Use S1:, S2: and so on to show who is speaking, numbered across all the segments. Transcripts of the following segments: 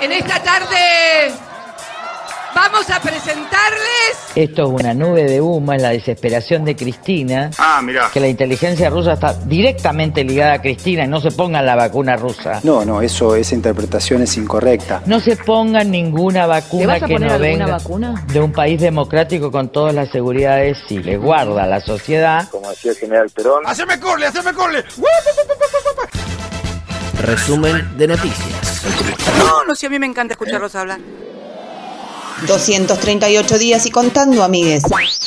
S1: En esta tarde vamos a presentarles
S2: Esto es una nube de humo, es la desesperación de Cristina.
S3: Ah, mirá.
S2: Que la inteligencia rusa está directamente ligada a Cristina y no se pongan la vacuna rusa.
S4: No, no, eso, esa interpretación es incorrecta.
S2: No se pongan ninguna
S5: ¿Te
S2: vacuna
S5: vas a
S2: que
S5: poner
S2: no
S5: alguna
S2: venga
S5: vacuna?
S2: de un país democrático con todas las seguridades y les guarda la sociedad.
S6: como decía el general Perón.
S3: ¡Haceme corle, haceme corle!
S7: Resumen de noticias.
S8: No, no sé, a mí me encanta
S1: ¿Eh?
S8: escucharlos hablar.
S9: 238 días y contando, amigues.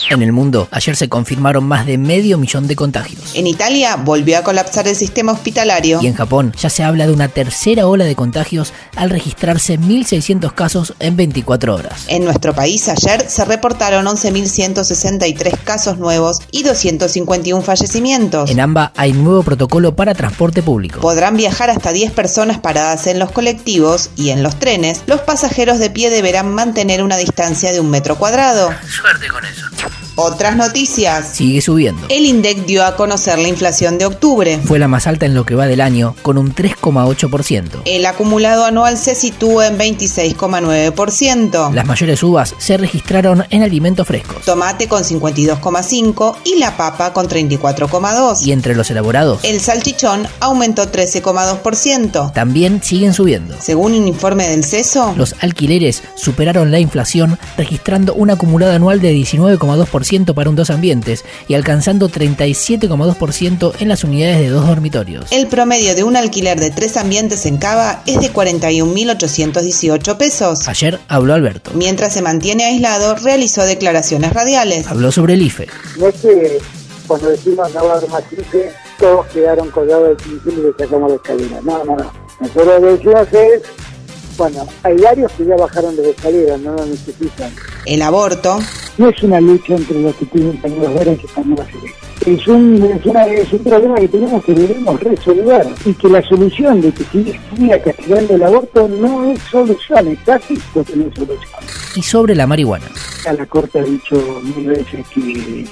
S7: En el mundo, ayer se confirmaron más de medio millón de contagios.
S9: En Italia volvió a colapsar el sistema hospitalario.
S7: Y en Japón ya se habla de una tercera ola de contagios al registrarse 1.600 casos en 24 horas.
S9: En nuestro país ayer se reportaron 11.163 casos nuevos y 251 fallecimientos.
S7: En AMBA hay nuevo protocolo para transporte público.
S9: Podrán viajar hasta 10 personas paradas en los colectivos y en los trenes. Los pasajeros de pie deberán mantener una distancia de un metro cuadrado.
S7: Suerte con eso.
S9: Otras noticias.
S7: Sigue subiendo.
S9: El INDEC dio a conocer la inflación de octubre.
S7: Fue la más alta en lo que va del año, con un 3,8%.
S9: El acumulado anual se sitúa en 26,9%.
S7: Las mayores subas se registraron en alimentos frescos.
S9: tomate con 52,5 y la papa con 34,2.
S7: Y entre los elaborados,
S9: El salchichón aumentó 13,2%.
S7: también siguen subiendo.
S9: Según un informe del CESO,
S7: Los alquileres superaron la inflación, registrando un acumulado anual de 19,2% para un dos ambientes y alcanzando 37,2% en las unidades de dos dormitorios.
S9: el promedio de un alquiler de tres ambientes en Cava es de 41.818 pesos.
S7: Ayer habló Alberto.
S9: Mientras se mantiene aislado, realizó declaraciones radiales.
S7: Habló sobre el E IFE.
S10: No es que cuando decimos no va a haber más IFE, todos quedaron colgados del pincel y le sacamos la escalera. No, no, no. Nosotros lo que decimos es, bueno, hay varios que ya bajaron de la escalera, no lo necesitan.
S9: El aborto,
S10: No es una lucha entre los que tienen pañuelos verdes y pañuelos celestes. Es un, es, una- es un problema que tenemos que debemos resolver y que la solución de que siga siga castigando el aborto no es solución, es casi lo que no es solución.
S7: Y sobre la marihuana.
S10: A la Corte ha dicho mil veces que eh,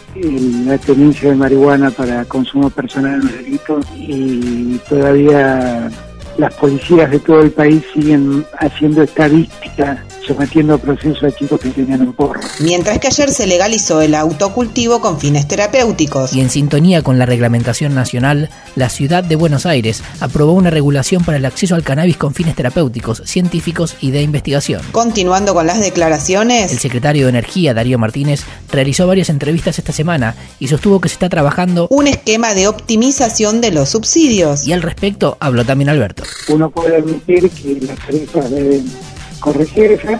S10: la tenencia de marihuana para consumo personal no es delito y todavía las policías de todo el país siguen haciendo estadística, sometiendo a proceso a chicos que tenían un porro.
S9: mientras que ayer se legalizó el autocultivo con fines terapéuticos.
S7: Y en sintonía con la reglamentación nacional, la ciudad de Buenos Aires aprobó una regulación para el acceso al cannabis con fines terapéuticos, científicos y de investigación.
S9: Continuando con las declaraciones,
S7: El secretario de Energía, Darío Martínez, realizó varias entrevistas esta semana y sostuvo que se está trabajando
S9: un esquema de optimización de los subsidios.
S7: y al respecto habló también Alberto.
S10: Uno puede admitir que las tarifas deben corregirse,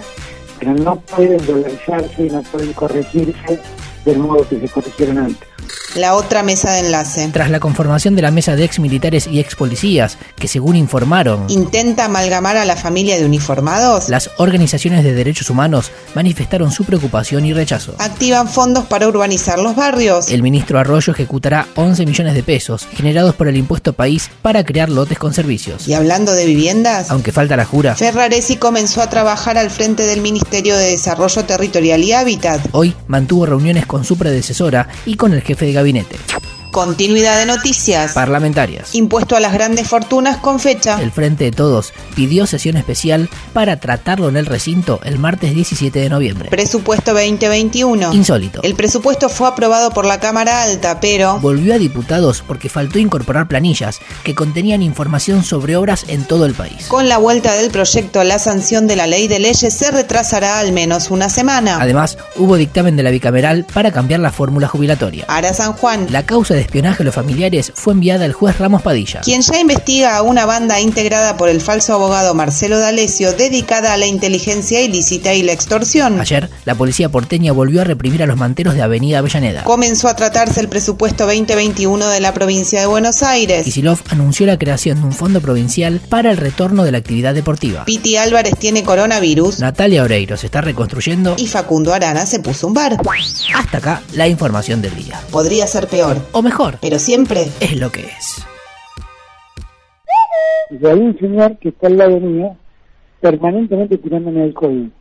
S10: pero no pueden dolarizarse y no pueden corregirse del modo que se corrigieron antes.
S9: La otra mesa de enlace.
S7: Tras la conformación de la mesa de ex militares y ex policías, que según informaron,
S9: Intenta amalgamar a la familia de uniformados.
S7: las organizaciones de derechos humanos manifestaron su preocupación y rechazo.
S9: Activan fondos para urbanizar los barrios.
S7: El ministro Arroyo ejecutará 11 millones de pesos generados por el impuesto país para crear lotes con servicios.
S9: Y hablando de viviendas,
S7: Aunque falta la jura,
S9: Ferraresi comenzó a trabajar al frente del Ministerio de Desarrollo Territorial y Hábitat.
S7: hoy mantuvo reuniones con su predecesora y con el jefe de gabinete.
S9: Continuidad de noticias.
S7: Parlamentarias.
S9: Impuesto a las grandes fortunas con fecha.
S7: El Frente de Todos pidió sesión especial para tratarlo en el recinto el martes 17 de noviembre.
S9: Presupuesto 2021.
S7: Insólito.
S9: El presupuesto fue aprobado por la Cámara Alta, pero
S7: Volvió a diputados porque faltó incorporar planillas que contenían información sobre obras en todo el país.
S9: con la vuelta del proyecto la sanción de la ley de leyes se retrasará al menos una semana.
S7: Además, hubo dictamen de la bicameral para cambiar la fórmula jubilatoria.
S9: Ara San Juan.
S7: La causa de espionaje a los familiares fue enviada al juez Ramos Padilla.
S9: quien ya investiga a una banda integrada por el falso abogado Marcelo D'Alessio dedicada a la inteligencia ilícita y la extorsión.
S7: Ayer, la policía porteña volvió a reprimir a los manteros de Avenida Avellaneda.
S9: Comenzó a tratarse el presupuesto 2021 de la provincia de Buenos Aires.
S7: Kisilov anunció la creación de un fondo provincial para el retorno de la actividad deportiva.
S9: Piti Álvarez tiene coronavirus
S7: Natalia Oreiro se está reconstruyendo.
S9: y Facundo Arana se puso un bar.
S7: Hasta acá la información del día.
S9: Podría ser peor,
S7: O mejor,
S9: pero siempre
S7: es lo que es.
S10: Y hay un señor que está al lado mío, permanentemente tirándome el COVID.